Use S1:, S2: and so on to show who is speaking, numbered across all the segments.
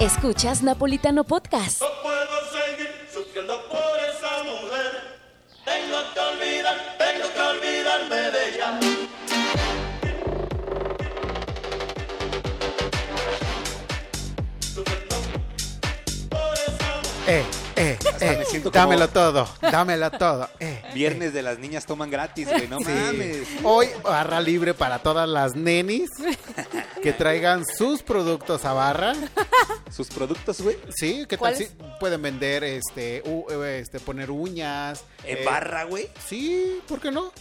S1: Escuchas Napolitano Podcast.
S2: No puedo seguir sufriendo por esa mujer. Tengo que olvidar, tengo que olvidarme de ella. Sufriendo por esa mujer.
S3: Eh, eh,
S4: Hasta
S3: eh,
S4: me siento como-
S3: dámelo todo, dámelo todo. eh.
S4: Viernes de las niñas toman gratis, güey, no
S3: Sí.
S4: mames.
S3: Hoy barra libre para todas las nenis que traigan sus productos a barra.
S4: Sus productos, güey.
S3: Sí, ¿qué tal?
S5: ¿Cuáles?
S3: si pueden vender, este, u- eh, este, poner uñas.
S4: En
S3: eh,
S4: barra, güey.
S3: Sí, ¿por qué no?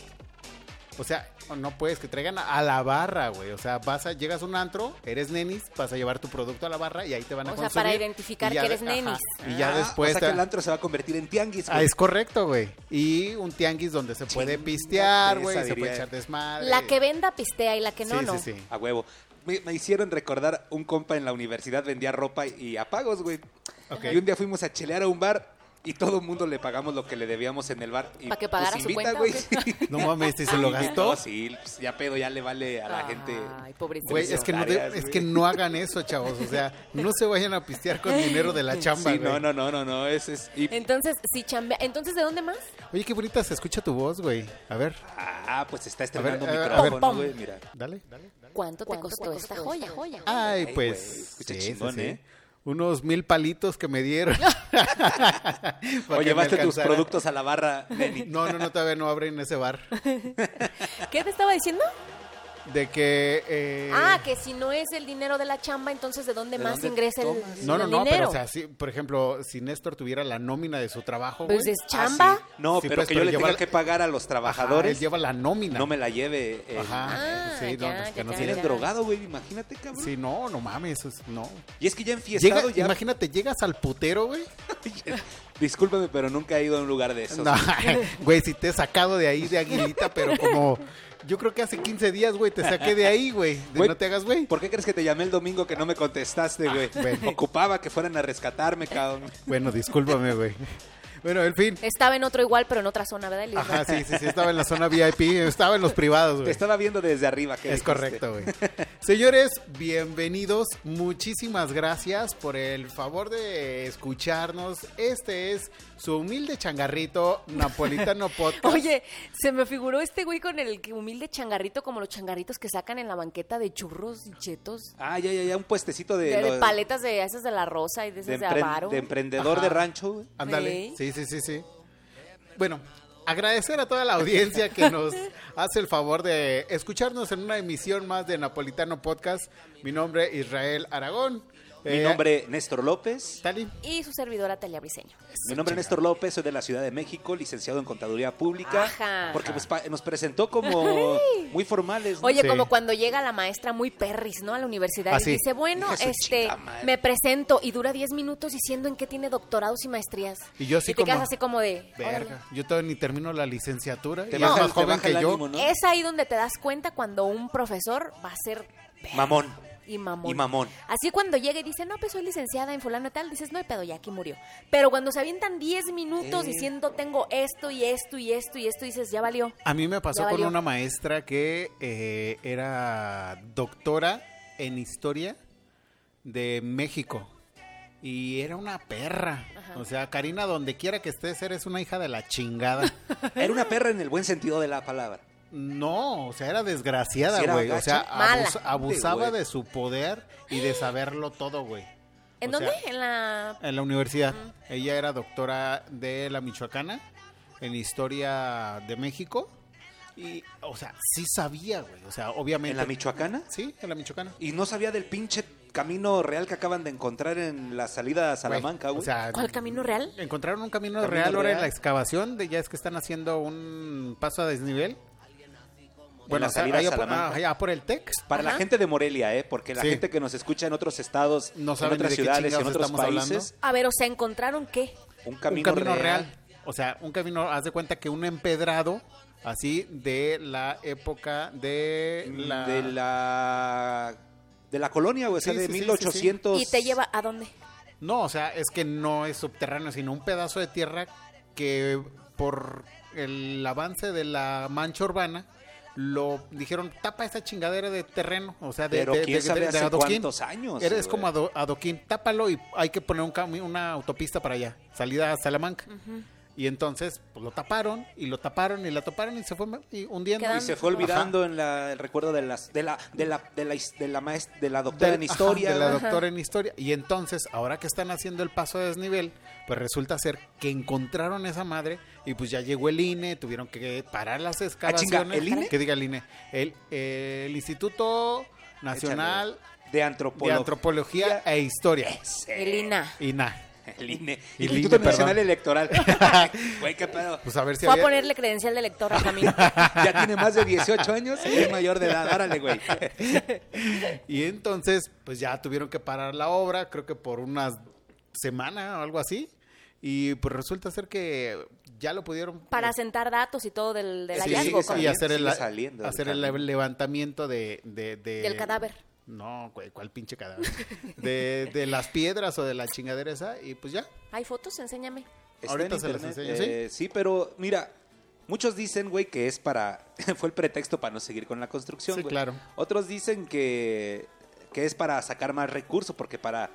S3: O sea, no puedes que traigan a la barra, güey. O sea, vas a, llegas a un antro, eres nenis, vas a llevar tu producto a la barra y ahí te van a
S5: O sea,
S3: consumir.
S5: para identificar
S3: y ya
S5: que eres
S3: de- ajá,
S5: nenis.
S3: y ya
S4: Ah,
S3: después...
S4: O sea
S3: te-
S4: que el antro se va a convertir en tianguis,
S3: Ah,
S4: güey.
S3: es correcto, güey. Y un tianguis donde se puede
S4: Chinga
S3: pistear,
S4: esa,
S3: güey, se
S4: diría.
S3: puede echar desmadre.
S5: La que venda pistea y la que no,
S3: sí,
S5: no.
S3: sí, sí.
S4: A huevo. Me, me hicieron recordar un compa en la universidad vendía ropa y apagos, güey.
S3: Ok.
S4: Y un día fuimos a chelear a un bar y todo el mundo le pagamos lo que le debíamos en el bar. Y, pues,
S5: ¿Pa' que pagara su cuenta,
S4: güey.
S5: o
S3: No mames, ¿y se lo
S4: Invita-
S3: gastó?
S4: no, sí, pues, ya pedo, ya le vale a la gente.
S5: Ay, pobrecito.
S3: Güey, es que, no de-
S4: Varias,
S3: es
S4: güey.
S3: que no hagan eso, chavos. O sea, no se vayan a pistear con dinero de la chamba,
S4: Sí,
S3: güey.
S4: no, no, no, no, no. Es, es, y-
S5: Entonces, si chambea... Entonces, ¿de dónde más?
S3: Oye, qué bonita se escucha tu voz, güey. A ver,
S4: ah, pues está estrenando
S3: a ver, a ver.
S4: micrófono, güey. Mira.
S3: dale, dale.
S5: ¿Cuánto, te costó, esta joya? joya?
S3: Ay,
S4: Ay, güey,
S3: pues.
S4: escucha
S3: sí,
S4: chingón,
S3: sí, sí.
S4: ¿eh?
S3: Unos mil palitos que me dieron. Para
S4: O
S3: que
S4: llevaste
S3: me
S4: tus
S3: alcanzara.
S4: productos a la barra, Neni.
S3: No, no, no, todavía no abren ese bar.
S5: ¿Qué te estaba diciendo?
S3: De que. eh,
S5: Ah, que si no es el dinero de la chamba, entonces ¿de dónde
S4: ¿De
S5: más
S4: dónde
S5: ingresa el,
S4: tomas?
S3: No, no,
S5: el
S3: no,
S5: dinero?
S3: pero o sea, sí, por ejemplo, si Néstor tuviera la nómina de su trabajo, güey.
S5: pues es
S4: Ah,
S5: chamba.
S4: sí. No,
S3: Sí,
S4: pero
S3: pues,
S4: que
S3: pero
S4: yo le
S3: llevar-
S4: tenga que pagar a los
S3: Ajá,
S4: trabajadores.
S3: él lleva la nómina.
S4: No me la lleve. eh,
S3: Ajá.
S5: Ah,
S3: sí, no,
S5: ya,
S3: pues que
S5: ya,
S3: no
S5: ya,
S3: tiene-
S4: Eres drogado, güey, imagínate, cabrón.
S3: Sí, no, no mames, eso es- no.
S4: Y es que ya
S3: Llega-
S4: enfiestado ya.
S3: Imagínate, llegas al putero, güey.
S4: Discúlpame, pero nunca he ido a un lugar de esos.
S3: No, güey, si te he sacado de ahí de aguilita, pero como yo creo que hace 15 días, güey, te saqué de ahí, güey. De
S4: Güey,
S3: no te hagas, güey.
S4: ¿Por qué crees que te llamé el domingo que no me contestaste, güey?
S3: Ah, bueno.
S4: Ocupaba que fueran a rescatarme,
S5: Eh.
S4: cabrón.
S3: Bueno, discúlpame, güey. Bueno, en fin.
S5: Estaba en otro igual, pero en otra zona, ¿verdad, Elis?
S3: Ajá, sí, sí, sí, estaba en la zona VIP, estaba en los privados,
S4: Te
S3: güey.
S4: estaba viendo desde arriba. ¿qué
S3: Es
S4: dijiste?
S3: correcto, güey. Señores, bienvenidos. Muchísimas gracias por el favor de escucharnos. Este es su humilde changarrito napolitano podcast.
S5: Oye, se me figuró este güey con el que- humilde changarrito, como los changarritos que sacan en la banqueta de churros y chetos.
S4: Ah, ya, ya, ya, un puestecito de.
S5: De, de
S4: los-
S5: paletas de esas de la rosa y de
S4: de
S5: esas de,
S4: empren-
S5: avaro.
S4: de emprendedor
S3: Ajá.
S4: de rancho, güey.
S3: Ándale.
S5: Ok.
S3: Sí, sí, sí, sí. Bueno, agradecer a toda la audiencia que nos hace el favor de escucharnos en una emisión más de Napolitano Podcast. Mi nombre es Israel Aragón.
S4: Mi
S3: Eh,
S4: nombre Néstor López.
S3: Tali.
S5: Y su servidora Talia Briseño.
S4: Mi nombre es Néstor López, soy de la Ciudad de México, licenciado en Contaduría Pública.
S5: Ajá.
S4: Porque pues, pa- nos presentó como muy formales. ¿no?
S5: Oye,
S3: Sí.
S5: como cuando llega la maestra muy perris, ¿no? A la universidad
S3: Ah, sí.
S5: y dice, bueno,
S4: Hija de su
S5: este,
S4: chingada madre.
S5: me presento y dura 10 minutos diciendo en qué tiene doctorados y maestrías.
S3: Y yo así
S5: te quedas
S3: como,
S5: así como de,
S3: Verga. Yo todavía ni termino la licenciatura.
S4: Te
S3: y es
S4: baja el-
S3: más
S4: te
S3: joven
S4: baja
S3: que
S4: el
S3: yo.
S4: ánimo, ¿no?
S5: órale. Es ahí donde te das cuenta cuando un profesor va a ser perro
S4: Mamón.
S5: y mamón.
S4: Y mamón.
S5: Así cuando llega y dice, no, pues soy licenciada en fulano y tal, dices, no hay pedo, ya aquí murió. Pero cuando se avientan 10 minutos
S4: Eh.
S5: diciendo, tengo esto y esto y esto y esto, dices, ya valió.
S3: A mí me
S5: Ya
S3: pasó con
S5: valió.
S3: una maestra que eh, era doctora en historia de México. Y era una perra.
S5: Ajá.
S3: O sea, Karina, donde quiera que estés, eres una hija de la chingada.
S4: Era una perra en el buen sentido de la palabra.
S3: no, o sea, era desgraciada,
S4: Sí, era
S3: güey. o
S4: gacha.
S3: sea,
S5: Mala.
S3: abus- abusaba
S4: Sí, güey.
S3: de su poder y de saberlo todo, güey.
S5: ¿En
S3: O sea,
S5: dónde? en la...
S3: En la universidad. Ella era doctora de la Michoacana en historia de México. Y, o sea, sí sabía, güey. O sea, obviamente.
S4: ¿En la Michoacana?
S3: Sí, en la Michoacana.
S4: Y no sabía del pinche camino real que acaban de encontrar en la salida a Salamanca, güey.
S3: O sea,
S5: ¿Cuál camino real?
S3: Encontraron un camino,
S4: Camino
S3: real ahora en
S4: real.
S3: la excavación. De, ya es que están haciendo un paso a desnivel.
S4: la
S3: o sea,
S4: salida a
S3: allá por,
S4: Salamanca.
S3: allá por el TEC.
S4: Para la
S5: Ajá.
S4: gente de Morelia, ¿eh? Porque la
S3: Sí.
S4: gente que nos escucha en otros estados,
S3: No
S4: en
S3: saben
S4: otras
S3: de qué
S4: ciudades, en
S3: chingados
S4: otros
S3: estamos
S4: países,
S5: A ver, o sea, ¿encontraron qué?
S4: un camino,
S3: un camino real.
S4: real.
S3: O sea, un camino, haz de cuenta que un empedrado así de la época de la...
S4: de la de la colonia, güey, o sea,
S3: Sí,
S4: de
S3: sí, sí, sí, sí.
S4: 1800.
S5: ¿Y te lleva a dónde?
S3: No, o sea, es que no es subterráneo, sino un pedazo de tierra que por el avance de la mancha urbana lo dijeron, tapa esa chingadera de terreno, o sea, de,
S4: Pero
S3: de,
S4: quién
S3: de-
S4: sabe
S3: de- de
S4: hace
S3: adoquín.
S4: cuántos años,
S3: Era- Es
S4: güey.
S3: como ado- adoquín, tápalo y hay que poner un cami- una autopista para allá, salida a Salamanca. Y entonces pues, lo taparon y lo taparon y la taparon y se fue ma- y hundiendo.
S5: Quedan-
S4: Y se fue olvidando en la, el recuerdo de, las, de, la, de, la, de, la, his- de la maest- de la doctora
S3: Del-
S4: en
S3: ajá,
S4: historia.
S3: de la
S4: güey.
S3: doctora en historia. Y entonces, ahora que están haciendo el paso de desnivel, pues resulta ser que encontraron esa madre y pues ya llegó el INE, tuvieron que parar las excavaciones.
S4: Ah, ¿el E? INE?
S3: Que diga el INE. El, eh, el Instituto Nacional
S4: Échale. de
S3: de
S4: antropología.
S3: Antropología e Historia.
S5: Elina.
S3: INA.
S4: El INE.
S3: El
S4: Instituto
S3: INE,
S4: Nacional
S3: perdón.
S4: Electoral. Güey, qué pedo.
S3: Pues a ver si
S5: Voy a
S3: había-
S5: ponerle credencial de lector a Camino.
S4: Ya tiene más de 18 años y es mayor de edad. Árale, güey.
S3: Y entonces, pues ya tuvieron que parar la obra, creo que por una semana o algo así. Y pues resulta ser que ya lo pudieron
S5: Para sentar datos y todo del, del
S4: Sí,
S5: hallazgo.
S4: sigue
S5: como-
S3: y
S4: saliendo,
S3: hacer el,
S4: sigue saliendo del
S3: hacer el
S4: camino.
S3: levantamiento de, de- de-
S5: Del cadáver.
S3: No, güey, ¿cuál pinche cadáver? De, de las piedras o de la chingadera esa y pues ya.
S5: ¿Hay fotos? Enséñame.
S4: Está
S3: Ahorita
S4: en
S3: se las
S4: internet,
S3: enseño, ¿sí?
S4: eh, ¿sí? pero mira, muchos dicen, güey, que es para. fue el pretexto para no seguir con la construcción,
S3: Sí,
S4: güey.
S3: claro.
S4: Otros dicen que, que es para sacar más recursos, porque para,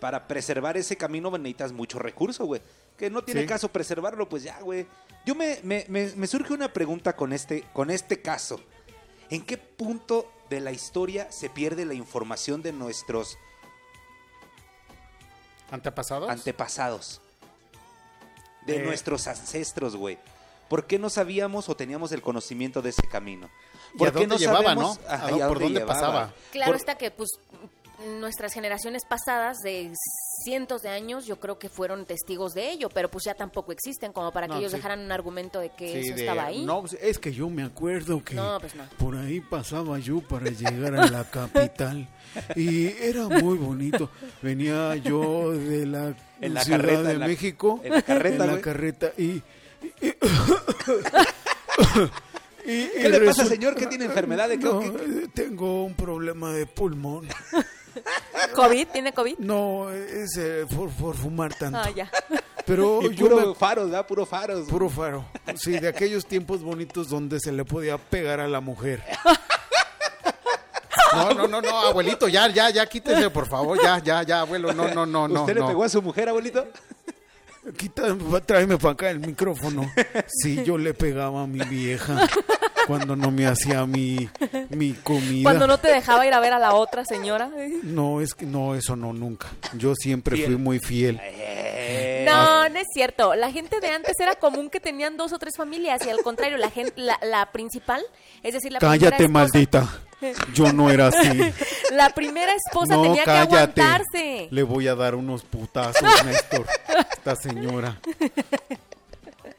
S4: para preservar ese camino güey, necesitas mucho recurso, güey. Que no tiene
S3: Sí.
S4: caso preservarlo, pues ya, güey. Yo me, me- me- me surge una pregunta con este, con este caso. ¿En qué punto de la historia se pierde la información de nuestros
S3: ¿Antepasados?
S4: antepasados. De
S3: Eh.
S4: nuestros ancestros, güey. ¿Por qué no sabíamos o teníamos el conocimiento de ese camino?
S3: ¿Y
S4: ¿Por
S3: a dónde llevaba, no? ¿A
S4: y
S3: dó- por dónde pasaba?
S5: Claro
S4: Por-
S5: está que, pues, nuestras generaciones pasadas de cientos de años, yo creo que fueron testigos de ello, pero pues ya tampoco existen, como para que
S3: No,
S5: ellos
S3: sí.
S5: dejaran un argumento de que
S3: Sí,
S5: eso
S3: de-
S5: estaba ahí.
S3: No, pues, es que yo me acuerdo que
S5: No, pues no.
S3: por ahí pasaba yo para llegar a la capital y era muy bonito. Venía yo de la
S4: En la
S3: Ciudad
S4: carreta,
S3: de
S4: en la-
S3: México,
S4: en la carreta,
S3: en la
S4: güey.
S3: carreta, y... y- y- y
S4: ¿Qué le pasa,
S3: resu-
S4: señor? ¿Qué tiene enfermedad? ¿De qué-
S3: No,
S4: qué- qué-
S3: eh, tengo un problema de pulmón.
S5: ¿COVID? ¿Tiene COVID?
S3: No, es eh, por, por fumar tanto.
S5: Ah, ya.
S3: Pero
S4: y
S3: yo
S4: puro
S3: me
S4: faros, ¿verdad? Puro faros. güey.
S3: Puro faro. Sí, de aquellos tiempos bonitos donde se le podía pegar a la mujer. No, no, no, no, abuelito, ya, ya, ya, quítese, por favor, ya, ya, ya, abuelo, no, no, no, no.
S4: ¿Usted
S3: no.
S4: le pegó a su mujer, abuelito?
S3: Quita, va, tráeme para acá el micrófono. Sí, yo le pegaba a mi vieja cuando no me hacía mi, mi comida.
S5: Cuando no te dejaba ir a ver a la otra señora.
S3: No, es que no, eso no, nunca. Yo siempre
S4: Fiel.
S3: fui muy fiel.
S4: Eh,
S5: No, no es cierto. La gente de antes era común que tenían dos o tres familias y al contrario, la gente, la, la principal, es decir, la primera
S3: Cállate,
S5: esposa-
S3: maldita. Yo no era así.
S5: La primera esposa tenía que aguantarse.
S3: Le voy a dar unos putazos, Néstor. Esta señora.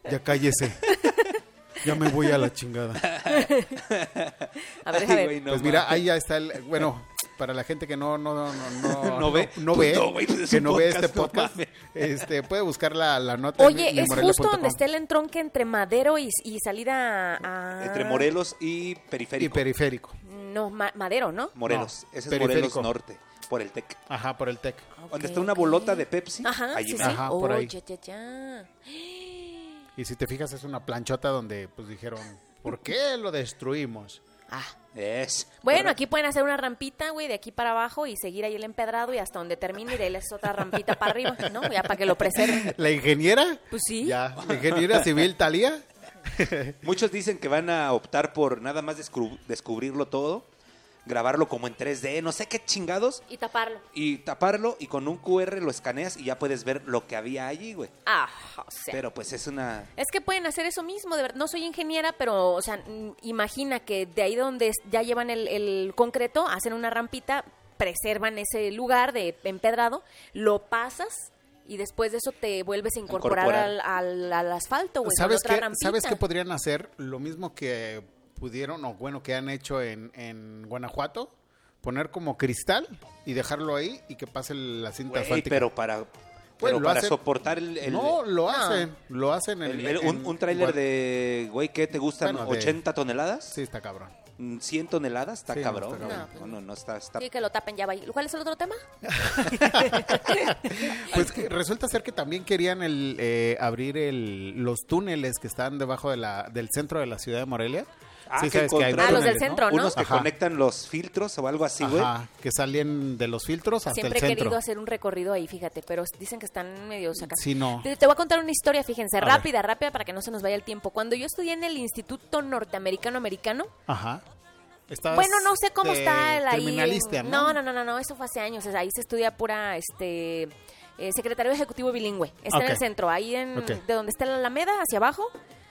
S3: Ya cállese. Ya me voy a la chingada.
S5: A ver,
S4: ay,
S5: déjame
S4: güey, no
S3: pues mira,
S4: mames.
S3: ahí ya está el. Bueno, para la gente que no, no, no, no,
S4: No ve.
S3: no ve,
S4: Pues no, güey, pues es
S3: que
S4: un
S3: no ve
S4: podcast,
S3: este
S4: no
S3: podcast,
S4: mames.
S3: este, puede buscar la, la nota. en
S5: Oye, es
S3: memorelia
S5: justo
S3: punto com.
S5: donde está el entronque entre Madero y, y salida a... a-
S4: Entre Morelos y
S3: Ah. Y
S4: Periférico.
S3: periférico.
S5: No, Ma- Madero, ¿no?
S4: Morelos.
S3: No,
S4: Ese es
S3: Periférico.
S4: Morelos Norte, por el TEC.
S3: Ajá, por el TEC.
S4: Donde
S5: Ok,
S4: está una
S5: ok.
S4: bolota de Pepsi,
S5: Ajá,
S4: allí
S5: sí, sí.
S4: va.
S3: Ajá, por
S5: Oh,
S3: ahí.
S5: ya, ya, ya.
S3: Y si te fijas, es una planchota donde pues dijeron, ¿por qué lo destruimos?
S5: Ah.
S4: Es.
S5: Bueno, aquí pueden hacer una rampita, güey, de aquí para abajo y seguir ahí el empedrado y hasta donde termine y de ahí les otra rampita para arriba, ¿no? Ya para que lo preserven.
S3: ¿La ingeniera?
S5: Pues sí.
S3: Ya, la ingeniera civil Talía.
S4: Muchos dicen que van a optar por nada más descru- descubrirlo todo, grabarlo como en 3D, no sé qué chingados,
S5: Y taparlo.
S4: y taparlo y con un QR lo escaneas y ya puedes ver lo que había allí, güey.
S5: Ah, o sea.
S4: Pero pues es una...
S5: Es que pueden hacer eso mismo, de verdad. No soy ingeniera, pero, o sea, mm, imagina que de ahí donde es- ya llevan el, el concreto, hacen una rampita, preservan ese lugar de empedrado, lo pasas y después de eso te vuelves a incorporar, Al, al- pues, al asfalto, güey. con
S3: ¿Sabes
S5: otra
S3: qué,
S5: rampita.
S3: ¿Sabes qué podrían hacer? Lo mismo que pudieron, o bueno, que han hecho en, en Guanajuato. Poner como cristal y dejarlo ahí y que pase la cinta
S4: Güey,
S3: asfáltica.
S4: pero para,
S3: Güey,
S4: pero
S3: lo
S4: para
S3: hacen-
S4: soportar el... el-
S3: no, lo
S5: Ah.
S3: hacen. Lo hacen en...
S4: el- el- un,
S3: en-
S4: un tráiler
S3: Gua-
S4: de, güey, ¿qué te gustan?
S3: Bueno, de-
S4: ¿80 toneladas?
S3: Sí, está cabrón.
S4: Mm, ¿100 toneladas? Está
S3: Sí, no,
S4: cabrón.
S3: está
S4: güey.
S5: cabrón.
S4: No, no, no, está... está-
S5: Sí, que lo tapen ya va ahí. ¿Cuál es el otro tema?
S3: Pues que resulta ser que también querían el, eh, abrir el, los túneles que están debajo de la, del centro de la ciudad de Morelia.
S4: Ah,
S3: Sí, sabes que hay
S4: encontraron
S5: Ah, los del centro, ¿no?
S4: Unos que
S3: Ajá.
S4: conectan los filtros o algo así, güey.
S3: Ajá, que salían de los filtros hasta
S5: Siempre he
S3: el centro.
S5: querido hacer un recorrido ahí, fíjate, pero dicen que están medio sacados.
S3: Sí, no.
S5: Te, te voy a contar una historia, fíjense,
S3: A ver.
S5: rápida, rápida, para que no se nos vaya el tiempo. Cuando yo estudié en el Instituto Norteamericano-Americano,
S3: Ajá. Estabas
S5: bueno, no sé cómo
S3: de
S5: está el ahí.
S3: Criminalista, ¿no?
S5: no, no, no, no, eso fue hace años. Ahí se estudia pura, este, eh, secretario ejecutivo bilingüe. Está en
S3: Ok.
S5: el centro, ahí en,
S3: Ok.
S5: de donde está la Alameda, hacia abajo.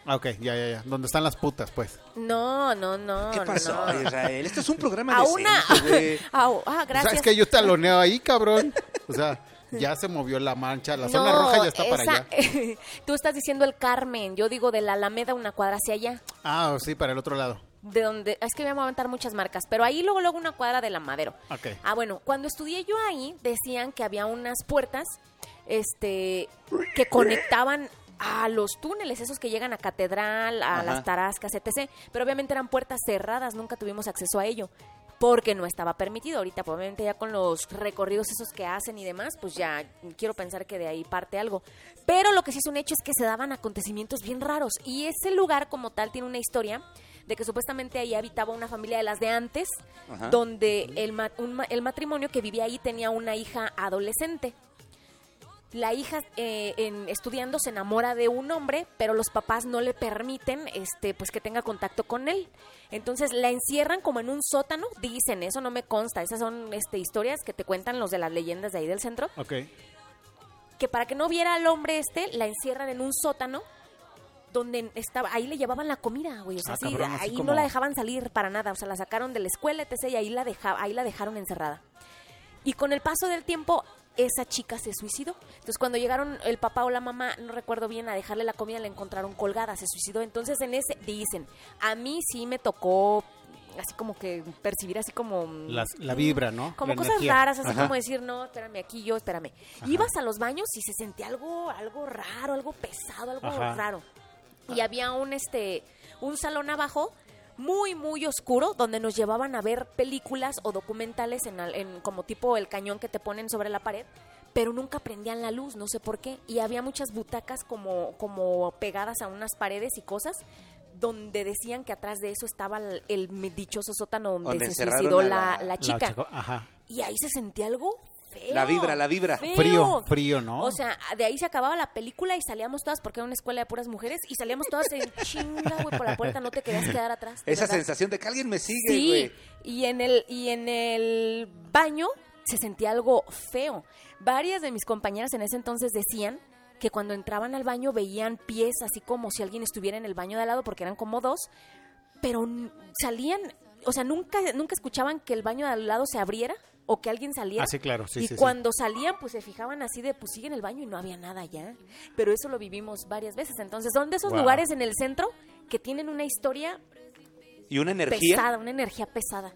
S3: Ah, ok, ya, ya, ya. ¿Dónde están las putas, pues?
S5: No, no, no.
S4: ¿Qué
S5: no,
S4: pasó,
S5: no.
S4: Israel? Esto es un programa
S5: A
S4: de
S5: una.
S4: güey.
S5: a- ah, gracias.
S3: Pues, ¿Sabes que yo taloneo ahí, cabrón? O sea, ya se movió la mancha, la zona
S5: No,
S3: roja ya está para
S5: esa-
S3: allá.
S5: Tú estás diciendo el Carmen, yo digo de la Alameda una cuadra hacia allá,
S3: Ah, sí, para el otro lado.
S5: de donde es que voy a aventar muchas marcas, pero ahí luego luego una cuadra de la Madero.
S3: Ok.
S5: Ah, bueno, cuando estudié yo ahí decían que había unas puertas este que conectaban a los túneles, esos que llegan a Catedral, a
S4: Ajá.
S5: las Tarascas, etc. Pero obviamente eran puertas cerradas, nunca tuvimos acceso a ello, porque no estaba permitido. Ahorita, probablemente ya con los recorridos esos que hacen y demás, pues ya quiero pensar que de ahí parte algo. Pero lo que sí es un hecho es que se daban acontecimientos bien raros. Y ese lugar como tal tiene una historia de que supuestamente ahí habitaba una familia de las de antes,
S4: Ajá.
S5: donde el, ma- un ma- el matrimonio que vivía ahí tenía una hija adolescente. La hija eh, en- estudiando se enamora de un hombre, pero los papás no le permiten este, pues que tenga contacto con él. Entonces la encierran como en un sótano, dicen, eso no me consta, esas son este, historias que te cuentan los de las leyendas de ahí del centro,
S3: Ok.
S5: que para que no viera al hombre este, la encierran en un sótano donde estaba, ahí le llevaban la comida, güey, o sea,
S3: Ah,
S5: sí,
S3: cabrón, así
S5: ahí
S3: como-
S5: no la dejaban salir para nada, o sea, la sacaron de la escuela, etc., y ahí la, deja, ahí la dejaron encerrada. Y con el paso del tiempo, esa chica se suicidó. Entonces, cuando llegaron el papá o la mamá, no recuerdo bien, a dejarle la comida, la encontraron colgada, se suicidó. Entonces, en ese, dicen, a mí sí me tocó, así como que percibir así como... mm,
S3: Las- la vibra, ¿no?
S5: Como
S3: La
S5: cosas
S3: energía.
S5: raras, así
S4: Ajá.
S5: como decir, no, espérame aquí, yo, espérame. Ibas a los baños y se sentía algo, algo raro, algo pesado, algo
S3: Ajá.
S5: raro. Y había un, este, un salón abajo muy, muy oscuro donde nos llevaban a ver películas o documentales en, al- en como tipo el cañón que te ponen sobre la pared, pero nunca prendían la luz, no sé por qué. Y había muchas butacas como, como pegadas a unas paredes y cosas donde decían que atrás de eso estaba el, el dichoso sótano donde,
S4: Donde
S5: se
S4: encerraron
S5: suicidó
S4: a
S5: la,
S4: la-
S5: la chica
S3: Ajá.
S5: y ahí se sentía algo feo.
S4: La vibra, la vibra.
S5: Feo.
S3: Frío, frío, ¿no?
S5: O sea, de ahí se acababa la película y salíamos todas, porque era una escuela de puras mujeres, y salíamos todas en chinga, güey, por la puerta, no te querías quedar atrás. de
S4: Esa
S5: verdad.
S4: sensación de que alguien me sigue,
S5: Sí,
S4: güey.
S5: y en el y en el baño se sentía algo feo. Varias de mis compañeras en ese entonces decían que cuando entraban al baño veían pies así como si alguien estuviera en el baño de al lado porque eran como dos, pero n- salían, o sea, nunca nunca escuchaban que el baño de al lado se abriera o que alguien saliera.
S3: Ah, sí, claro, sí,
S5: y
S3: sí, sí.
S5: cuando salían, pues se fijaban así de, pues sigue en el baño y no había nada ya. Pero eso lo vivimos varias veces. Entonces, son de esos
S3: Wow.
S5: lugares en el centro que tienen una historia
S4: Y una energía.
S5: pesada, una energía pesada.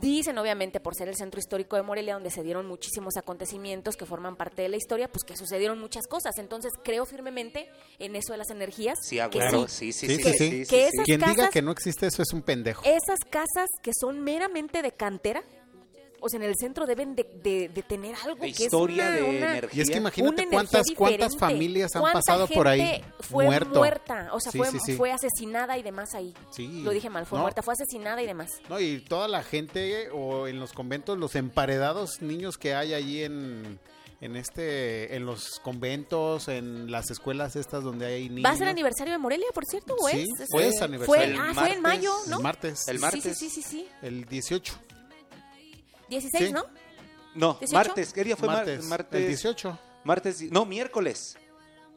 S5: Dicen, obviamente, por ser el centro histórico de Morelia, donde se dieron muchísimos acontecimientos que forman parte de la historia, pues que sucedieron muchas cosas. Entonces, creo firmemente en eso de las energías.
S4: Sí, a
S5: que
S4: huevo.
S5: sí.
S4: Sí, sí,
S3: Sí,
S4: sí.
S3: sí,
S4: sí,
S3: sí.
S4: sí,
S5: Que
S4: sí,
S5: esas
S4: sí.
S3: Quien diga
S5: casas-
S3: que no existe eso es un pendejo.
S5: Esas casas que son meramente de cantera, o sea, en el centro deben de, de- de tener algo
S4: De
S5: que
S4: historia,
S5: es una-
S4: de
S5: una-
S4: energía.
S3: Y es que
S5: una
S3: imagínate
S5: energía
S3: cuántas cuántas
S5: diferente.
S3: familias han
S5: ¿Cuánta
S3: pasado por ahí
S5: gente fue
S3: muerto.
S5: muerta, o sea,
S3: Sí,
S5: fue,
S3: sí, sí.
S5: fue asesinada y demás ahí.
S3: Sí.
S5: Lo dije mal, fue
S3: No.
S5: muerta, fue asesinada y demás.
S3: No, y toda la gente o en los conventos, los emparedados niños que hay allí en, en este, en los conventos, en las escuelas estas donde hay niños.
S5: ¿Va a ser aniversario de Morelia, por cierto? ¿O
S3: Sí,
S5: es?
S3: fue
S5: Este,
S3: ese aniversario.
S5: fue- ah,
S4: El
S5: fue en
S4: martes,
S5: mayo, ¿no?
S3: El martes,
S4: El
S5: Sí,
S4: martes.
S5: sí, sí, sí, sí.
S3: el 18.
S5: 16,
S3: Sí.
S5: ¿no?
S4: No,
S5: 18?
S4: martes. ¿Qué día Ah, fue mar-
S3: martes,
S4: martes?
S3: El 18.
S4: Martes. No, miércoles.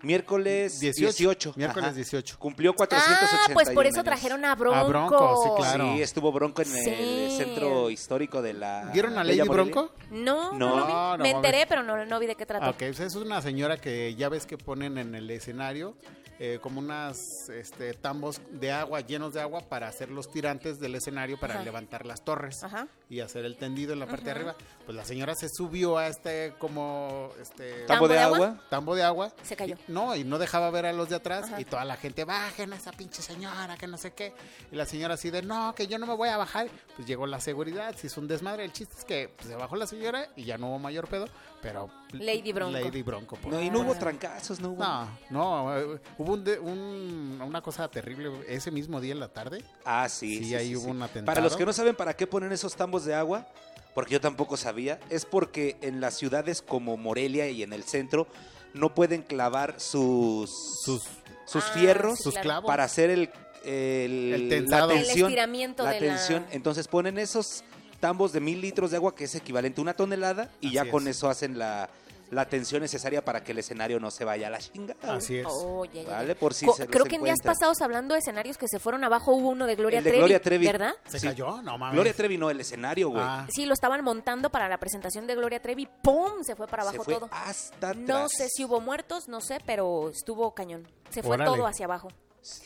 S4: Miércoles 18.
S3: 18, miércoles 18.
S4: Cumplió
S5: Ah,
S4: 481
S5: pues por eso
S4: años.
S5: trajeron a Bronco.
S3: A Bronco, sí, claro.
S4: Sí, estuvo Bronco en el
S5: Sí.
S4: centro histórico de la.
S3: ¿Vieron a Lady
S4: Bella Morelia.
S3: Bronco?
S5: No, no,
S4: No,
S5: lo vi.
S3: no
S5: Me
S3: mames.
S5: enteré, pero no, no vi de qué trató.
S3: Ah, Ok, pues es una señora que ya ves que ponen en el escenario eh, como unas este, tambos de agua, llenos de agua, para hacer los tirantes del escenario para
S5: Ajá.
S3: levantar las torres
S5: Ajá.
S3: y hacer el tendido en la parte de arriba. Pues la señora se subió a este como este
S5: ¿Tambo
S4: ¿Tambo
S5: de
S4: de
S5: agua?
S4: agua?
S3: tambo de agua.
S5: Se cayó.
S3: no, y no dejaba ver a los de atrás y toda la gente, bajen a esa pinche señora, que no sé qué. Y la señora así de, no, que yo no me voy a bajar. Pues llegó la seguridad, se hizo un desmadre. El chiste es que pues, se bajó la señora y ya no hubo mayor pedo, pero...
S5: Lady Bronco.
S3: Lady Bronco. por
S4: No, y no hubo trancazos, no hubo.
S3: no, no, eh, hubo un de- un- una cosa terrible ese mismo día en la tarde.
S4: Ah, sí.
S3: Sí, ahí hubo un
S4: Para
S3: atentado.
S4: los que no saben para qué ponen esos tambos de agua, porque yo tampoco sabía, es porque en las ciudades como Morelia y en el centro no pueden clavar sus
S3: Sus-
S4: sus
S5: Ah,
S4: fierros
S5: sí,
S3: Sus
S5: claro.
S3: clavos.
S4: para hacer el el,
S3: El tensado.
S5: El estiramiento
S4: la
S5: de la-
S4: tensión. Entonces ponen esos tambos de mil litros de agua que es equivalente a una tonelada y ya
S3: Así
S4: con
S3: es.
S4: eso hacen la la tensión necesaria para que el escenario no se vaya a la chingada.
S3: Así es.
S5: Oh, ya, ya, ya.
S4: Vale, por si
S5: Co-
S4: se los
S5: Creo que en días
S4: encuentran.
S5: pasados, hablando de escenarios que se fueron abajo, hubo uno de Gloria,
S4: El de
S5: Trevi,
S4: Gloria Trevi.
S5: ¿Verdad?
S3: ¿Se
S4: Sí.
S3: cayó? No mames.
S4: Gloria Trevi no, el escenario, güey.
S3: Ah,
S5: Sí, lo estaban montando para la presentación de Gloria Trevi. ¡Pum! Se fue para
S4: se
S5: abajo
S4: fue
S5: todo.
S4: hasta
S5: No
S4: atrás.
S5: sé si hubo muertos, no sé, pero estuvo cañón. Se fue
S3: Órale.
S5: todo hacia abajo.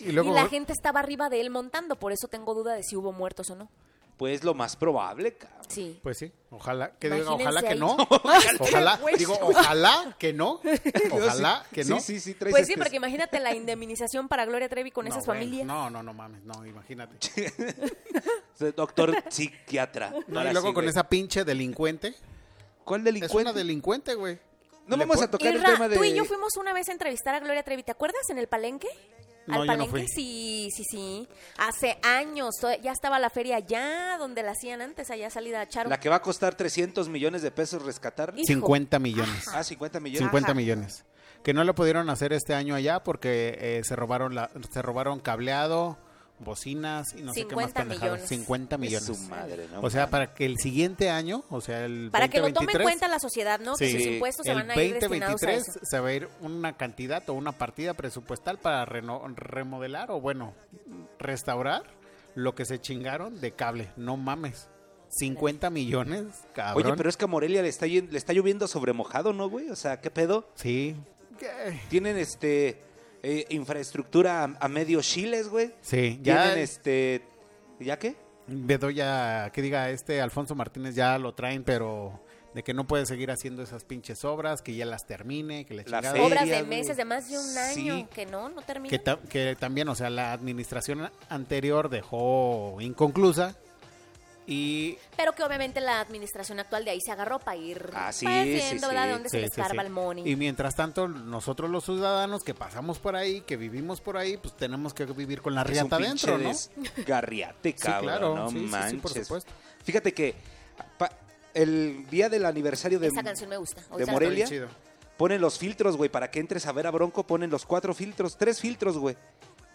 S3: y
S5: Y
S3: luego
S5: la gente estaba arriba de él montando, por eso tengo duda de si hubo muertos o no.
S4: Pues lo más probable, cabrón.
S5: Sí.
S3: Pues sí, ojalá que diga,
S5: Imagínense
S3: ojalá que
S5: ahí.
S3: no. ojalá,
S5: Güey,
S3: digo,
S5: no.
S3: ojalá que no. Ojalá que no.
S4: Sí, sí, sí, traes
S5: Pues sí,
S4: este-
S5: porque imagínate la indemnización para Gloria Trevi con
S3: No,
S5: esas
S3: bueno,
S5: familias.
S3: No, no, no mames, no, imagínate.
S4: Doctor psiquiatra.
S3: No,
S4: Ahora
S3: y luego
S4: sí,
S3: con
S4: güey.
S3: esa pinche delincuente. Es
S4: ¿Cuál
S3: una
S4: delincuente?
S3: delincuente, güey.
S4: No
S3: Le
S4: vamos
S3: pon-
S4: a tocar
S5: Y
S4: el
S5: Ra,
S4: tema de...
S5: tú y yo fuimos una vez a entrevistar a Gloria Trevi, ¿te acuerdas? En el Palenque.
S3: No,
S5: Al
S3: yo no
S5: Palenque,
S3: fui.
S5: sí, sí, sí. Hace años, to- ya estaba la feria allá, donde la hacían antes, allá salida a Charo.
S4: La que va a costar 300 millones de pesos rescatar.
S5: Y- Hijo.
S3: 50 millones.
S4: Ah, 50 millones.
S3: 50
S5: Ajá.
S3: millones. Que no lo pudieron hacer este año allá porque eh, se robaron la, se robaron cableado, bocinas y no sé qué más
S5: 50
S3: pendejadas.
S5: millones.
S3: 50 millones.
S4: Su madre, ¿no?
S3: o sea, para que el siguiente año, o sea, el
S5: Para que lo tome en
S3: 2023,
S5: cuenta la sociedad, ¿no?
S3: Sí.
S5: Que sus impuestos se
S3: el
S5: van a ir destinados a
S3: 2023
S5: eso.
S3: se va a ir una cantidad o una partida presupuestal para reno- remodelar o bueno, restaurar lo que se chingaron de cable. No mames. 50 millones, cabrón.
S4: Oye, pero es que a Morelia le está, llen- le está lloviendo sobre mojado, ¿no, güey? O sea, ¿qué pedo?
S3: Sí.
S4: Tienen, este, eh, infraestructura a, a medio chiles, güey.
S3: Sí, ya
S4: Tienen, este... ¿Ya qué?
S3: Bedoya, que diga este Alfonso Martínez, ya lo traen, pero de que no puede seguir haciendo esas pinches obras, que ya las termine, que la
S4: La
S3: chingada.
S4: feria,
S5: Obras de
S4: güey.
S5: meses, de más de un
S4: Sí.
S5: año, que no, no
S3: Que,
S5: termina.
S3: ta- que también, o sea, la administración anterior dejó inconclusa y
S5: Pero que obviamente la administración actual de ahí se agarró para ir
S4: Ah, sí,
S5: pues,
S4: sí,
S5: viendo, ¿verdad?
S4: sí.
S5: ¿Dónde se
S3: Sí,
S5: les
S3: sí,
S5: carva
S3: sí.
S5: el money?
S3: Y mientras tanto, nosotros los ciudadanos que pasamos por ahí, que vivimos por ahí, pues tenemos que vivir con la riata adentro, ¿no?
S4: Garriate, cabrón.
S3: claro,
S4: No
S3: sí, sí, sí, por
S4: manches.
S3: supuesto.
S4: Fíjate que pa- el día del aniversario de,
S5: Esa canción me gusta.
S4: de
S5: ahorita la
S4: Morelia
S3: Está bien chido.
S4: ponen los filtros, güey, para que entres a ver a Bronco ponen los cuatro filtros, tres filtros, güey.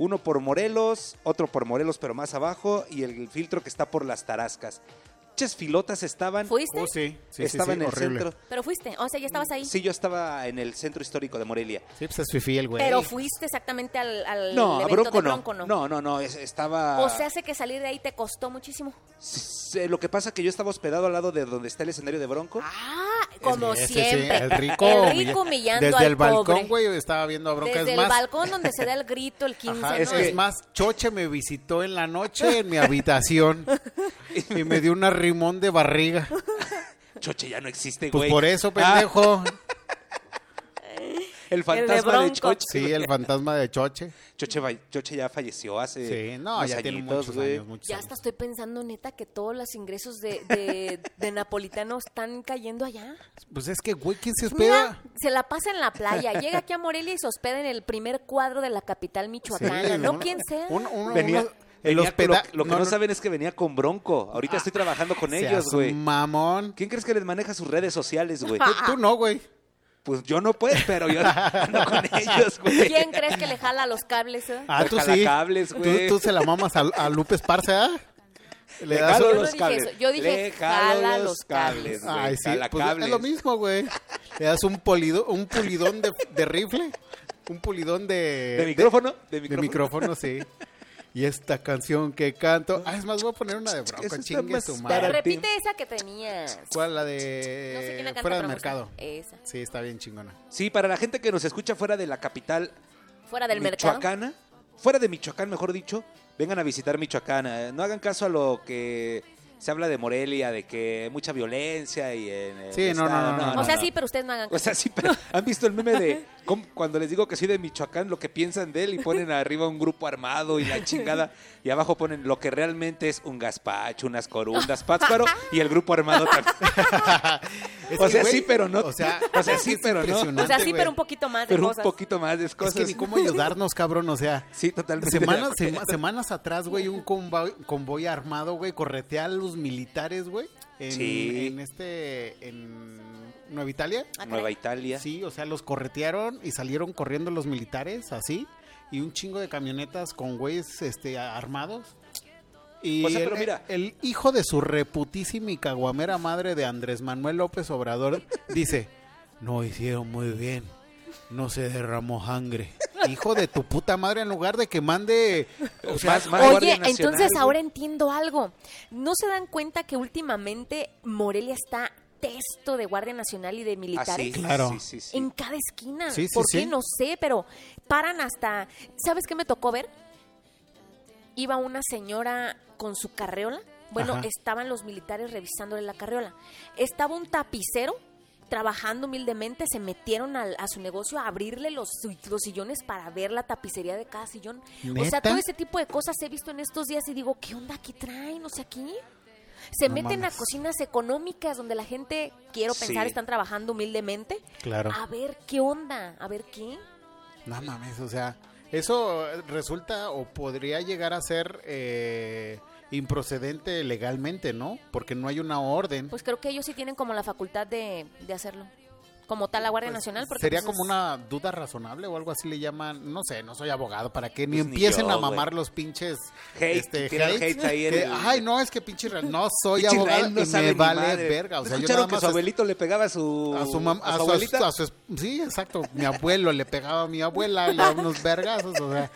S4: Uno por Morelos, otro por Morelos pero más abajo y el filtro que está por las Tarascas. Ches filotas estaban,
S5: toco. ¿Fuiste?
S3: Oh, sí, sí, sí,
S4: estaba
S3: sí,
S4: en el
S3: horrible.
S4: centro.
S5: Pero fuiste, o sea, ya estabas ahí.
S4: Sí, yo estaba en el centro histórico de Morelia.
S3: Sí, pues es fifí el güey.
S5: Pero fuiste exactamente al, al
S4: No, a
S5: evento
S4: Bronco
S5: de
S4: no.
S5: Bronco, ¿no?
S4: No, no, no, es- estaba
S5: O sea, hace que salir de ahí te costó muchísimo.
S4: Sí, Lo que pasa que yo estaba hospedado al lado de donde está el escenario de Bronco.
S5: Ah, como
S3: Sí, sí, sí,
S5: siempre.
S3: el rico,
S5: El rico
S3: humilla-
S5: humillando
S3: Desde
S5: al
S3: el balcón,
S5: pobre.
S3: güey, estaba viendo a Bronca.
S5: Desde
S3: es
S5: el
S3: más,
S5: balcón donde se da el grito, el 15,
S3: Ajá,
S5: ¿no?
S3: es, es más, Choche me visitó en la noche en mi habitación y me dio un arrimón de barriga.
S4: Choche ya no existe,
S3: Pues
S4: güey.
S3: por eso, pendejo.
S4: Ah, el fantasma de,
S5: Bronco.
S4: Choche.
S3: Sí, el fantasma de Choche.
S4: Choche, va- Choche ya falleció hace.
S3: Sí, no,
S4: unos
S3: ya tiene
S4: añitos,
S3: muchos
S4: güey.
S3: años, muchos
S5: Ya
S3: años.
S5: hasta estoy pensando, neta, que todos los ingresos de, de, de Napolitano están cayendo allá.
S3: Pues es que, güey, ¿quién se hospeda?
S5: Mira, se la pasa en la playa. Llega aquí a Morelia y se hospeda en el primer cuadro de la capital michoacana.
S3: Sí,
S5: pues no,
S3: un-
S5: quién sea.
S3: un- un-
S4: Venía.
S3: unos-
S4: venía con-
S3: hospeda-
S4: lo, lo que no, saben es que venía con Bronco. Ahorita estoy trabajando con
S3: seas
S4: ellos,
S3: un
S4: güey.
S3: Mamón.
S4: ¿Quién crees que les maneja sus redes sociales, güey?
S5: Ah,
S3: Tú, tú no, güey.
S4: Pues yo no puedo, pero yo ando con ellos, güey.
S5: ¿Quién crees que le jala los cables? eh?
S3: Ah, tú
S4: Ojalá
S3: sí.
S4: cables,
S3: Tú-
S4: güey.
S3: tú, se la mamas a, a Lupe Esparza, ¿ah? Le
S4: Le
S3: das
S4: jalo
S5: Yo no
S4: los
S5: dije
S4: cables.
S5: eso, yo dije,
S4: Le jalo
S5: jala
S4: los
S5: los
S4: cables, güey.
S3: Ay, sí,
S4: Jala
S3: pues es
S4: cables.
S3: lo mismo, güey. Le das un, polido, un pulidón de, de rifle, un pulidón de,
S4: ¿De micrófono?
S3: de micrófono, sí. Y esta canción que canto. Ah, es más, voy a poner una de
S4: Eso
S3: Bronco,
S4: está
S3: chingue
S4: más
S3: su
S4: para-
S3: madre.
S5: Repite esa que tenías.
S3: ¿Cuál? La
S5: No sé quién
S3: de
S5: la canta, pero
S3: Fuera del
S5: me gusta.
S3: Mercado.
S5: Esa.
S3: Sí, está bien chingona.
S4: Sí, para la gente que nos escucha fuera de la capital
S5: Fuera del mercado.
S4: michoacana, fuera de Michoacán, mejor dicho, vengan a visitar Michoacán. Eh, No hagan caso a lo que se habla de Morelia, de que mucha violencia y en el
S3: Sí, no, no,
S4: estado,
S3: no, no, no.
S5: O sea, sí, pero ustedes no hagan
S4: O
S5: caso.
S4: sea, sí, pero ¿han visto el meme de ¿Cómo? Cuando les digo que soy de Michoacán, lo que piensan de él y ponen arriba un grupo armado y la chingada. Y abajo ponen lo que realmente es un gazpacho, unas corundas, pátzcuaro y el grupo armado también.
S3: Es
S4: O
S3: que,
S4: sea,
S3: güey,
S4: sí, pero no.
S3: O sea,
S4: O sea, sí,
S3: es
S4: pero no.
S3: impresionante,
S5: O sea, sí,
S3: güey.
S5: pero un poquito más de
S4: Pero un
S5: cosas.
S4: poquito más de
S3: Es
S4: cosas.
S3: que ni cómo ayudarnos, cabrón, o sea.
S4: Sí, totalmente. de
S3: Semanas,
S4: acuerdo.
S3: sema- semanas atrás, güey, un convoy, convoy armado, güey, corretea a los militares, güey, en,
S4: Sí.
S3: en este, en Nueva Italia.
S5: Ah, caray.
S4: Nueva Italia.
S3: Sí, o sea, los corretearon y salieron corriendo los militares, así, y un chingo de camionetas con güeyes este, a- armados. Y
S4: O sea, pero
S3: el, e,
S4: mira.
S3: el hijo de su reputísima y caguamera madre de Andrés Manuel López Obrador dice, no hicieron muy bien, no se derramó sangre. Hijo de tu puta madre, en lugar de que mande... O sea,
S4: Más- más Guardia
S5: Oye,
S4: Nacional,
S5: entonces
S4: güey.
S5: ahora entiendo algo. ¿No se dan cuenta que últimamente Morelia está testo de Guardia Nacional y de militares?
S4: Así,
S3: Claro.
S4: Ah, sí, sí, sí.
S5: En cada esquina.
S3: Sí, sí,
S5: ¿Por qué?
S3: sí.
S5: No sé, pero paran hasta... ¿Sabes qué me tocó ver? Iba una señora con su carreola. Bueno,
S3: Ajá.
S5: estaban los militares revisándole la carreola. Estaba un tapicero trabajando humildemente, se metieron al- a su negocio a abrirle los, si- los sillones para ver la tapicería de cada sillón. O sea,
S3: ¿Neta?
S5: todo ese tipo de cosas he visto en estos días y digo, ¿qué onda aquí traen? O sea, aquí se
S3: No
S5: meten
S3: mames.
S5: a cocinas económicas donde la gente, quiero pensar,
S4: Sí.
S5: están trabajando humildemente.
S3: Claro.
S5: A ver qué onda, a ver qué.
S3: No mames, o sea, eso resulta o podría llegar a ser eh, improcedente legalmente, ¿no? Porque no hay una orden.
S5: Pues creo que ellos sí tienen como la facultad de, de hacerlo. Como tal la Guardia Nacional. Porque
S3: Sería
S5: pues,
S3: como
S5: es-
S3: una duda razonable o algo así le llaman, no sé, no soy abogado, para que ni
S4: Pues ni
S3: empiecen
S4: yo,
S3: a mamar
S4: güey.
S3: los pinches este,
S4: Hate, tirar hate ahí en
S3: que,
S4: el-
S3: Ay, no, es que pinche Israel, no soy
S4: Pinche
S3: abogado
S4: Israel no
S3: y
S4: sabe
S3: me
S4: ni
S3: vale
S4: madre. Pues
S3: verga, o sea, yo
S4: ¿Escucharon
S3: nada
S4: que
S3: más
S4: su abuelito le pegaba a su,
S3: a su mamá,
S4: a su
S3: a su,
S4: abuelita?
S3: a su es- sí, exacto, mi abuelo le pegaba a mi abuela, le daba unos vergazos, o sea,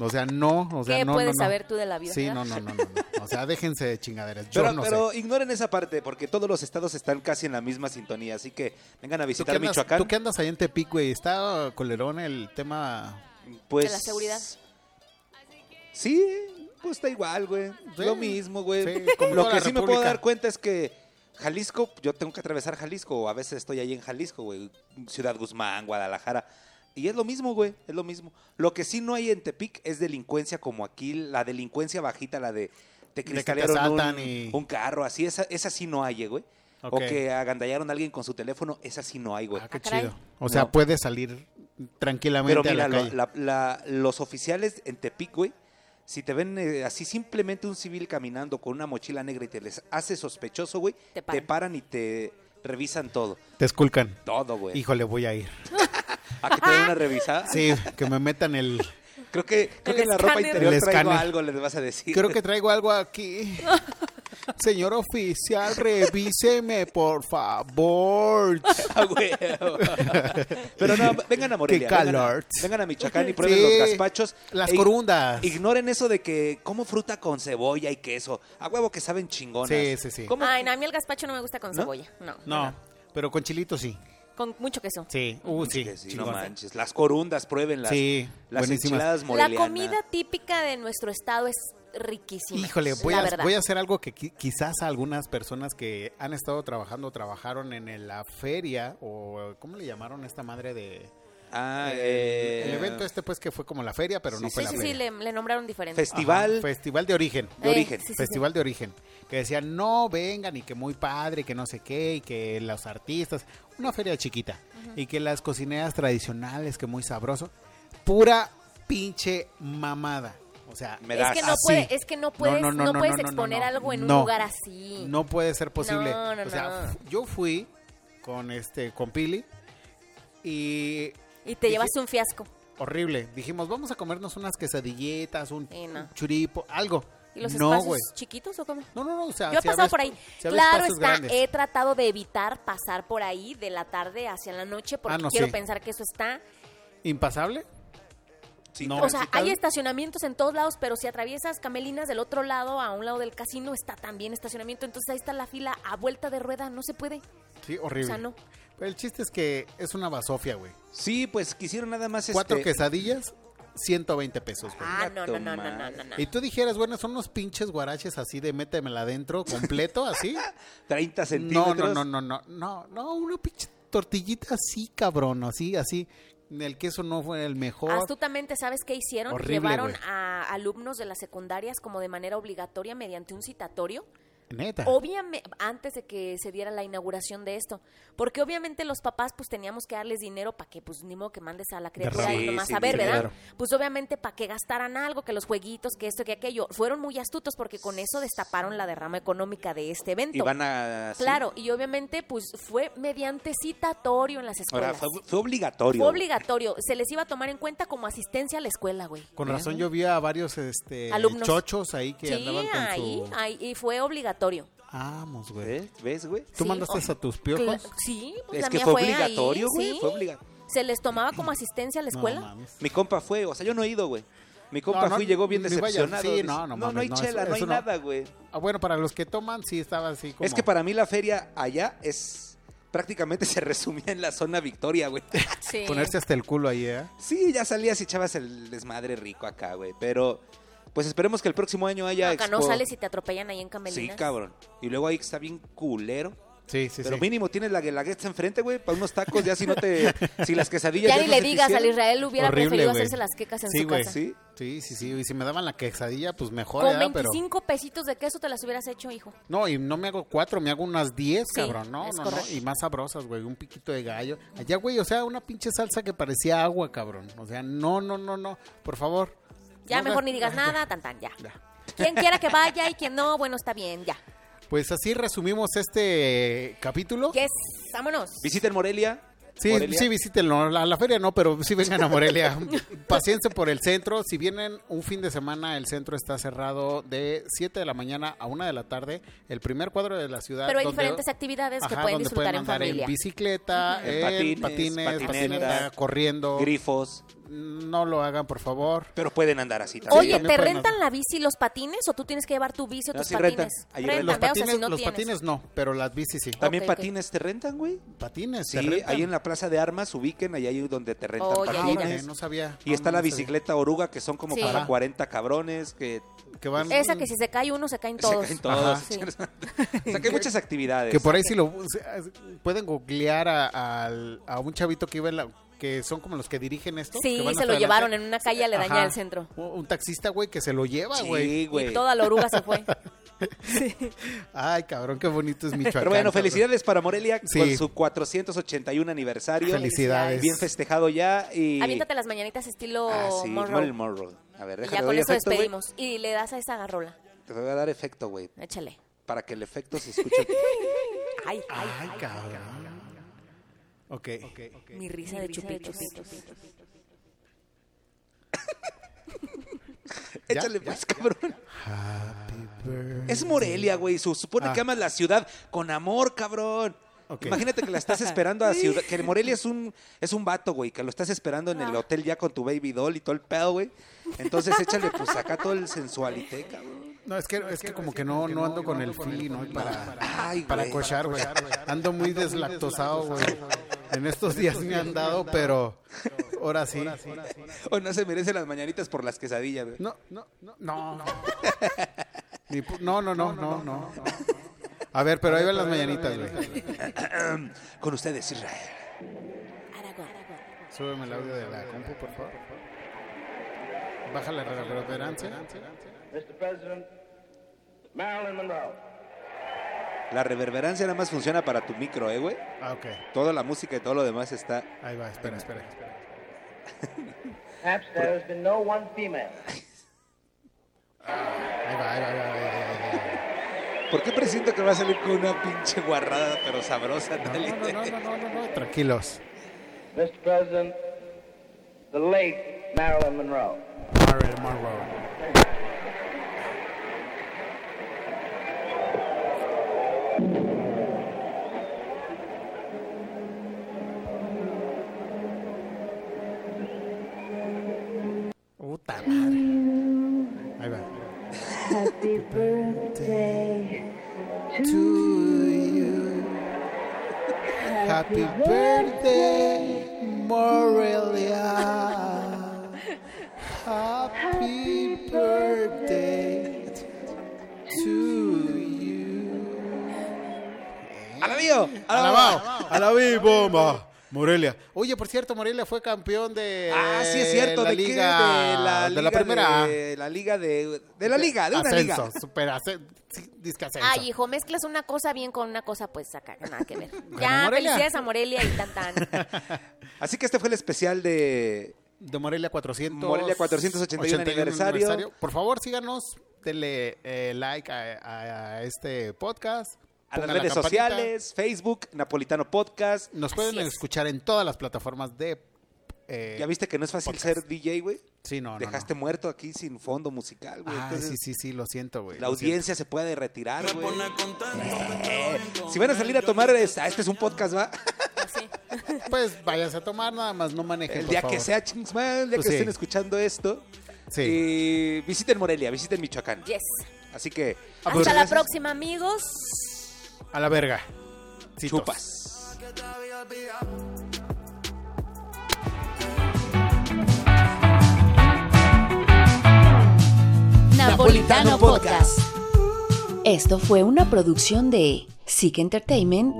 S3: o sea, no, o sea,
S5: ¿Qué
S3: no, no,
S5: puedes
S3: no.
S5: saber tú de la vida?
S3: Sí, no, no, no, no, no. O sea, déjense de chingaderas. Yo
S4: Pero,
S3: no
S4: pero
S3: sé.
S4: ignoren esa parte, porque todos los estados están casi en la misma sintonía, así que vengan a
S3: ¿Tú qué,
S4: visitar
S3: andas,
S4: Michoacán.
S3: tú qué andas ahí en Tepic, güey? ¿Está colerón el tema?
S4: Pues,
S5: De la seguridad.
S4: Sí, pues está igual, güey.
S3: Sí.
S4: Lo mismo, güey.
S3: Sí, como
S4: Lo
S3: toda
S4: que
S3: la
S4: sí me puedo
S3: República.
S4: dar cuenta es que Jalisco, yo tengo que atravesar Jalisco, o a veces estoy ahí en Jalisco, güey. Ciudad Guzmán, Guadalajara. Y es lo mismo, güey, es lo mismo. Lo que sí no hay en Tepic es delincuencia como aquí, la delincuencia bajita, la de te
S3: que te
S4: cristalearon un,
S3: asaltan y-
S4: un carro, así, esa, esa sí no hay, eh, güey. O
S3: Ok.
S4: que agandallaron a alguien con su teléfono, esa sí no hay, güey.
S3: Ah, qué
S5: Ah, caray.
S3: chido. O sea,
S4: No.
S3: puede salir tranquilamente
S4: Pero mira,
S3: a la
S4: lo-
S3: calle.
S4: la- la- los oficiales en Tepic, güey, si te ven eh, así simplemente un civil caminando con una mochila negra y te les hace sospechoso, güey,
S5: Te
S4: te
S5: paran.
S4: paran. y te revisan todo.
S3: Te esculcan.
S4: Todo, güey.
S3: Híjole, voy a ir.
S4: ¿A que te den una revisada?
S3: Sí, que me metan el...
S4: Creo que, creo
S5: El
S4: que en la ropa
S5: escáner.
S4: interior
S3: El
S4: traigo
S3: escáner.
S4: algo, les vas a decir.
S3: Creo que traigo algo aquí. Señor oficial, revíseme, por favor.
S4: Ah, güey. Pero no, vengan a Morelia.
S3: Qué
S4: vengan a-
S3: calor.
S4: Vengan a, Michoacán y prueben
S3: Sí,
S4: los gazpachos.
S3: las
S4: ig-
S3: corundas.
S4: Ignoren eso de que como fruta con cebolla y queso. A huevo que saben chingonas.
S3: Sí, sí, sí.
S4: ¿Cómo
S5: Ay, no, a mí el gazpacho no me gusta con cebolla. No.
S3: No, pero con chilito sí.
S5: Con mucho queso.
S3: Sí. Uh, sí.
S4: Que sí, no
S3: chingón.
S4: manches. Las corundas, pruébenlas.
S3: Sí,
S4: las
S3: buenísimas.
S4: enchiladas
S5: La
S4: morelianas.
S5: comida típica de nuestro estado es riquísima.
S3: Híjole, voy
S5: la
S3: a,
S5: verdad.
S3: voy a hacer algo que qui- quizás algunas personas que han estado trabajando, trabajaron en el- la feria, o ¿cómo le llamaron a esta madre de...
S4: Ah,
S3: el,
S4: eh,
S3: el evento este pues que fue como la feria, pero
S4: Sí,
S3: no
S4: sí,
S3: fue
S5: Sí,
S3: la
S5: sí, sí,
S3: feria.
S5: le, le nombraron diferente.
S4: Festi- Festival.
S3: Festival de origen.
S4: de Eh, origen.
S5: sí, sí, sí.
S3: Festival de origen. Que decían, no vengan y que muy padre, que no sé qué, y que los artistas. Una feria chiquita. Y que las cocineras tradicionales, que muy sabroso. Pura pinche mamada. O sea,
S4: Me
S5: es
S4: das.
S5: que no
S3: así.
S5: puede, es que no puedes, no,
S3: no, no, no,
S5: puedes
S3: no, no, no,
S5: exponer
S3: no.
S5: algo en un
S3: No.
S5: lugar así.
S3: No puede ser posible.
S5: No, no,
S3: o sea,
S5: no.
S3: fu- yo fui con este con Pili y
S5: Y te llevas un fiasco.
S3: horrible. Dijimos, vamos a comernos unas quesadilletas, un,
S5: Sí, no.
S3: un churipo, algo.
S5: ¿Y los
S3: no,
S5: espacios
S3: güey.
S5: chiquitos o cómo?
S3: No, no, no, o sea,
S5: Yo he
S3: si
S5: pasado
S3: abres-
S5: por ahí.
S3: si abres
S5: Claro
S3: espacios
S5: está,
S3: grandes.
S5: he tratado de evitar pasar por ahí de la tarde hacia la noche porque
S3: Ah, no,
S5: quiero
S3: sí.
S5: pensar que eso está.
S3: impasable.
S4: Sí,
S3: no.
S5: o sea, hay
S3: transitable.
S5: estacionamientos en todos lados, pero si atraviesas camelinas del otro lado, a un lado del casino, está también estacionamiento. Entonces ahí está la fila a vuelta de rueda, no se puede.
S3: Sí, horrible.
S5: O sea, no.
S3: Pero el chiste es que es una basofia, güey.
S4: Sí, pues quisieron nada más
S3: Cuatro
S4: este...
S3: quesadillas, 120 pesos, güey.
S5: Ah, no,
S4: tu
S5: no, no, no, no,
S4: madre.
S5: no, no.
S3: Y tú dijeras, bueno, son unos pinches guaraches así de métemela adentro, completo, así.
S4: 30
S3: No,
S4: centímetros.
S3: no, no, no, no, no, no, una pinche tortillita así, cabrón, así, así. el queso no fue el
S5: Ah,
S3: mejor.
S5: Astutamente, ¿sabes qué hicieron?
S3: Horrible,
S5: Llevaron
S3: güey.
S5: a alumnos de las secundarias como de manera obligatoria mediante un citatorio.
S3: Neta.
S5: Obviamente, antes de que se diera la inauguración de esto, porque obviamente los papás pues teníamos que darles dinero para que pues ni modo que mandes a la criatura
S4: rabo.
S5: ahí
S4: Sí,
S5: nomás
S4: sí,
S5: a ver,
S4: sí,
S5: ¿verdad?
S4: claro.
S5: Pues obviamente para que gastaran algo, que los jueguitos, que esto, que aquello. Fueron muy astutos porque con eso destaparon la derrama económica de este evento.
S4: Y van a... sí.
S5: Claro, y obviamente pues fue mediante citatorio en las
S4: Ahora,
S5: escuelas.
S4: fue, fue obligatorio.
S5: Fue obligatorio, se les iba a tomar en cuenta como asistencia a la escuela, güey.
S3: Con razón yo vi a varios este,
S5: Alumnos.
S3: chochos ahí que
S5: Sí,
S3: andaban con
S5: ahí, ah.
S3: su...
S5: ahí, y fue obligatorio.
S3: Vamos, güey.
S4: ¿Ves? ¿Eh? ¿Ves, güey?
S5: Sí,
S3: ¿Tú mandaste
S5: o-
S3: a tus piojos?
S5: Cla- Sí, pues
S4: Es
S5: la
S4: que
S5: mía
S4: fue
S5: ahí,
S4: obligatorio, güey,
S5: sí.
S4: fue obliga-
S5: Se les tomaba como asistencia a la escuela.
S3: No, mames.
S4: Mi compa fue, o sea, yo no he ido, güey. Mi compa
S3: No, no,
S4: fue y llegó bien
S3: ni vaya.
S4: decepcionado.
S3: Sí,
S4: Dice,
S3: no, no
S4: no,
S3: mames,
S4: hay
S3: no, eso-
S4: chela, no hay
S3: eso no.
S4: nada, güey.
S3: Ah, bueno, para los que toman, sí estaba así como...
S4: Es que para mí la feria allá es prácticamente se resumía en la zona Victoria, güey.
S5: Sí.
S3: Ponerse hasta el culo ahí, ¿eh?
S4: Sí, ya salías y echabas el desmadre rico acá, güey. Pero, pues esperemos que el próximo año haya.
S5: Acá no
S4: expo.
S5: sales y te atropellan ahí en
S4: Sí,
S5: Camelinas.
S4: cabrón. Y luego ahí está bien culero.
S3: Sí, sí,
S4: pero
S3: sí.
S4: mínimo tienes la guelaguetza enfrente, güey, para unos tacos, ya si no te. si las quesadillas.
S5: ya ni
S4: no
S5: le
S4: se te
S5: digas, al
S4: hicieron.
S5: Israel hubiera
S3: Horrible,
S5: preferido
S3: güey.
S5: hacerse las quecas en
S3: Sí,
S5: su
S3: güey,
S5: casa.
S4: Sí.
S3: Sí, sí, sí. Y si me daban la quesadilla, pues mejor,
S5: Con
S3: ¿verdad? Pero...
S5: 25 pesitos de queso te las hubieras hecho, hijo.
S3: No, y no me hago cuatro, me hago unas diez,
S5: Sí,
S3: cabrón. No,
S5: es
S3: no, no.
S5: correcto.
S3: Y más sabrosas, güey. Un piquito de gallo. Allá, güey, o sea, una pinche salsa que parecía agua, cabrón. O sea, no, no, no, no. Por favor.
S5: Ya
S3: No,
S5: mejor
S3: güey.
S5: ni digas nada, tan tan, ya.
S3: Ya.
S5: Quien quiera que vaya y quien no, bueno, está bien, ya.
S3: Pues así resumimos este capítulo.
S5: Yes, vámonos.
S4: Visiten Morelia.
S3: Sí,
S4: Morelia.
S3: sí, visítenlo. A la feria no, pero sí vengan a Morelia. Paciencia por el centro. Si vienen un fin de semana, el centro está cerrado de 7 de la mañana a 1 de la tarde. El primer cuadro de la ciudad.
S5: Pero hay
S3: donde-
S5: diferentes actividades que
S3: Ajá,
S5: pueden
S3: donde
S5: disfrutar en
S3: andar
S5: familia.
S3: En bicicleta,
S4: En
S3: en
S4: patines,
S3: patines,
S4: patineta,
S3: patineta, corriendo.
S4: Grifos.
S3: No lo hagan, por favor.
S4: Pero pueden andar así también.
S5: Oye,
S3: también
S5: ¿te
S3: pueden
S5: rentan
S3: hacer.
S5: la bici y los patines o tú tienes que llevar tu bici o
S4: No,
S5: tus
S4: sí
S5: patines?
S4: rentan. Ahí rentan.
S3: Los
S5: ve, o sea,
S3: patines,
S5: si no
S3: los
S5: tienes.
S3: patines no, pero las bicis sí.
S4: También
S5: Ok, ok.
S4: patines te rentan, güey.
S3: Patines, se
S4: Sí,
S3: rentan.
S4: ahí en la Plaza de Armas ubiquen, ahí hay donde te rentan
S5: Oye,
S3: Ah, órale,
S4: patines.
S3: no sabía.
S4: Y
S3: No,
S4: está
S3: no,
S4: la
S3: no sabía.
S4: bicicleta oruga, que son como
S5: Sí.
S4: para
S3: Ajá.
S4: 40 cabrones que
S3: Que van-
S5: Esa que si se cae uno, se caen
S4: se
S5: todos.
S4: caen todos.
S3: Ajá.
S5: Sí.
S4: o sea, que hay muchas actividades.
S3: Que por ahí si lo pueden googlear a, al- a un chavito que iba en la- que son como los que dirigen esto.
S5: Sí,
S3: que van
S5: se
S3: hasta
S5: lo
S3: adelante.
S4: ¿eh?
S5: llevaron en una calle aledaña
S3: Ajá.
S5: del centro.
S3: Un, un taxista, güey, que se lo lleva, güey.
S4: Sí, güey.
S5: Y toda la oruga se fue.
S3: Ay, cabrón, qué bonito es Michoacán.
S4: Pero bueno,
S3: cabrón.
S4: felicidades para Morelia
S3: Sí.
S4: con su 481 aniversario.
S3: Felicidades.
S4: Bien festejado ya y...
S5: Aviéntate las mañanitas estilo
S4: Ah, sí,
S5: Monroe.
S4: Marilyn Monroe. A ver,
S5: Y
S4: déjame
S5: ya
S4: doy
S5: con eso
S4: efecto, güey.
S5: despedimos. Y le das a esa garrola.
S4: Te voy a dar efecto, güey,
S5: Échale.
S4: para que el efecto se escuche.
S5: Ay, ay,
S3: Ay, cabrón. ok.
S5: mi risa de chupitos.
S4: Échale, pues, cabrón. Es Morelia, güey. Se supone
S3: Ah.
S4: que amas la ciudad con amor, cabrón.
S3: Ok.
S4: Imagínate que la estás esperando a ciudad. Que Morelia es un, es un vato, güey. Que lo estás esperando en el hotel ya con tu baby doll y todo el pedo, güey. Entonces échale, pues acá todo el sensualité, cabrón.
S3: No, es que, es que como que no, no ando con el feeling hoy para,
S4: Ay,
S3: para
S4: güey.
S3: cochar, güey. Ando muy deslactosado, güey. En estos días me han dado, pero ahora sí.
S4: O no se merece las mañanitas por las quesadillas, güey.
S3: No, no, no, no. Ni pu- No, no, no, no, no. A ver, pero ahí van las mañanitas, güey.
S4: Con ustedes, Israel.
S5: Aragón.
S3: Súbeme el audio de la compu, por favor. Baja la reverberancia.
S6: Mr. President, Marilyn Monroe.
S4: La reverberancia nada más funciona para tu micro, ¿eh, güey?
S3: Ah, ok.
S4: Toda la música y todo lo demás está
S3: Ahí va, espera, espera. espera.
S6: Perhaps there has been no one female.
S3: Ahí va, ahí va, ahí va, ahí va, ahí va, ahí va.
S4: ¿Por qué presiento que va a salir con una pinche guarrada pero sabrosa,
S3: No,
S4: Nali?
S3: no, no, no, no, no, no, tranquilos.
S6: Mr. President, the late Marilyn Monroe.
S3: Marilyn Monroe. Puta madre. Ahí va.
S7: Happy birthday
S3: To you. Happy birthday, Morelia. Happy birthday to you.
S4: ¡A la mío! ¡A la
S3: A la vivo, ma. Morelia. Ah, Oye, por cierto, Morelia fue campeón de.
S4: Ah, sí, es cierto.
S3: La
S4: ¿De qué?
S3: liga,
S4: de la,
S3: de
S4: liga
S3: la primera.
S4: De la liga de... De la liga, de una
S3: ascenso,
S4: liga.
S3: Super ascenso, sí, disque ascenso.
S5: Ay, hijo, mezclas una cosa bien con una cosa, pues acá, nada que ver.
S3: Ganó
S5: Ya,
S3: Morelia.
S5: felicidades a Morelia y tan tan.
S4: Así que este fue el especial de...
S3: De Morelia 400.
S4: Morelia 481 aniversario.
S3: Por favor, síganos. Denle eh, like a, a- a este podcast.
S4: A las
S3: pongan la
S4: redes
S3: campanita.
S4: sociales, Facebook, Napolitano Podcast.
S3: Nos
S5: Así
S3: pueden
S5: es.
S3: escuchar en todas las plataformas de. eh,
S4: ¿Ya viste que no es fácil
S3: podcast.
S4: ser DJ, güey?
S3: Sí, no, no,
S4: Dejaste muerto aquí sin fondo musical, güey.
S3: Ah,
S4: Entonces,
S3: sí, sí, sí, lo siento, güey.
S4: La
S3: lo siento.
S4: audiencia se puede retirar, güey. Eh, Si van a salir a tomar, es- ah, este es un podcast, ¿va?
S3: Pues vayas a tomar, nada más no manejes.
S4: El
S3: por
S4: día
S3: favor.
S4: que sea, chings, man, el día
S3: Pues
S4: que
S3: sí.
S4: estén escuchando esto.
S3: Sí.
S4: Y visiten Morelia, visiten Michoacán.
S5: Yes.
S4: Así que. pues, muchas
S5: Hasta la
S4: gracias.
S5: próxima, amigos.
S3: A la verga. Citos.
S4: Chupas.
S1: Napolitano Podcast. Esto fue una producción de SIC Entertainment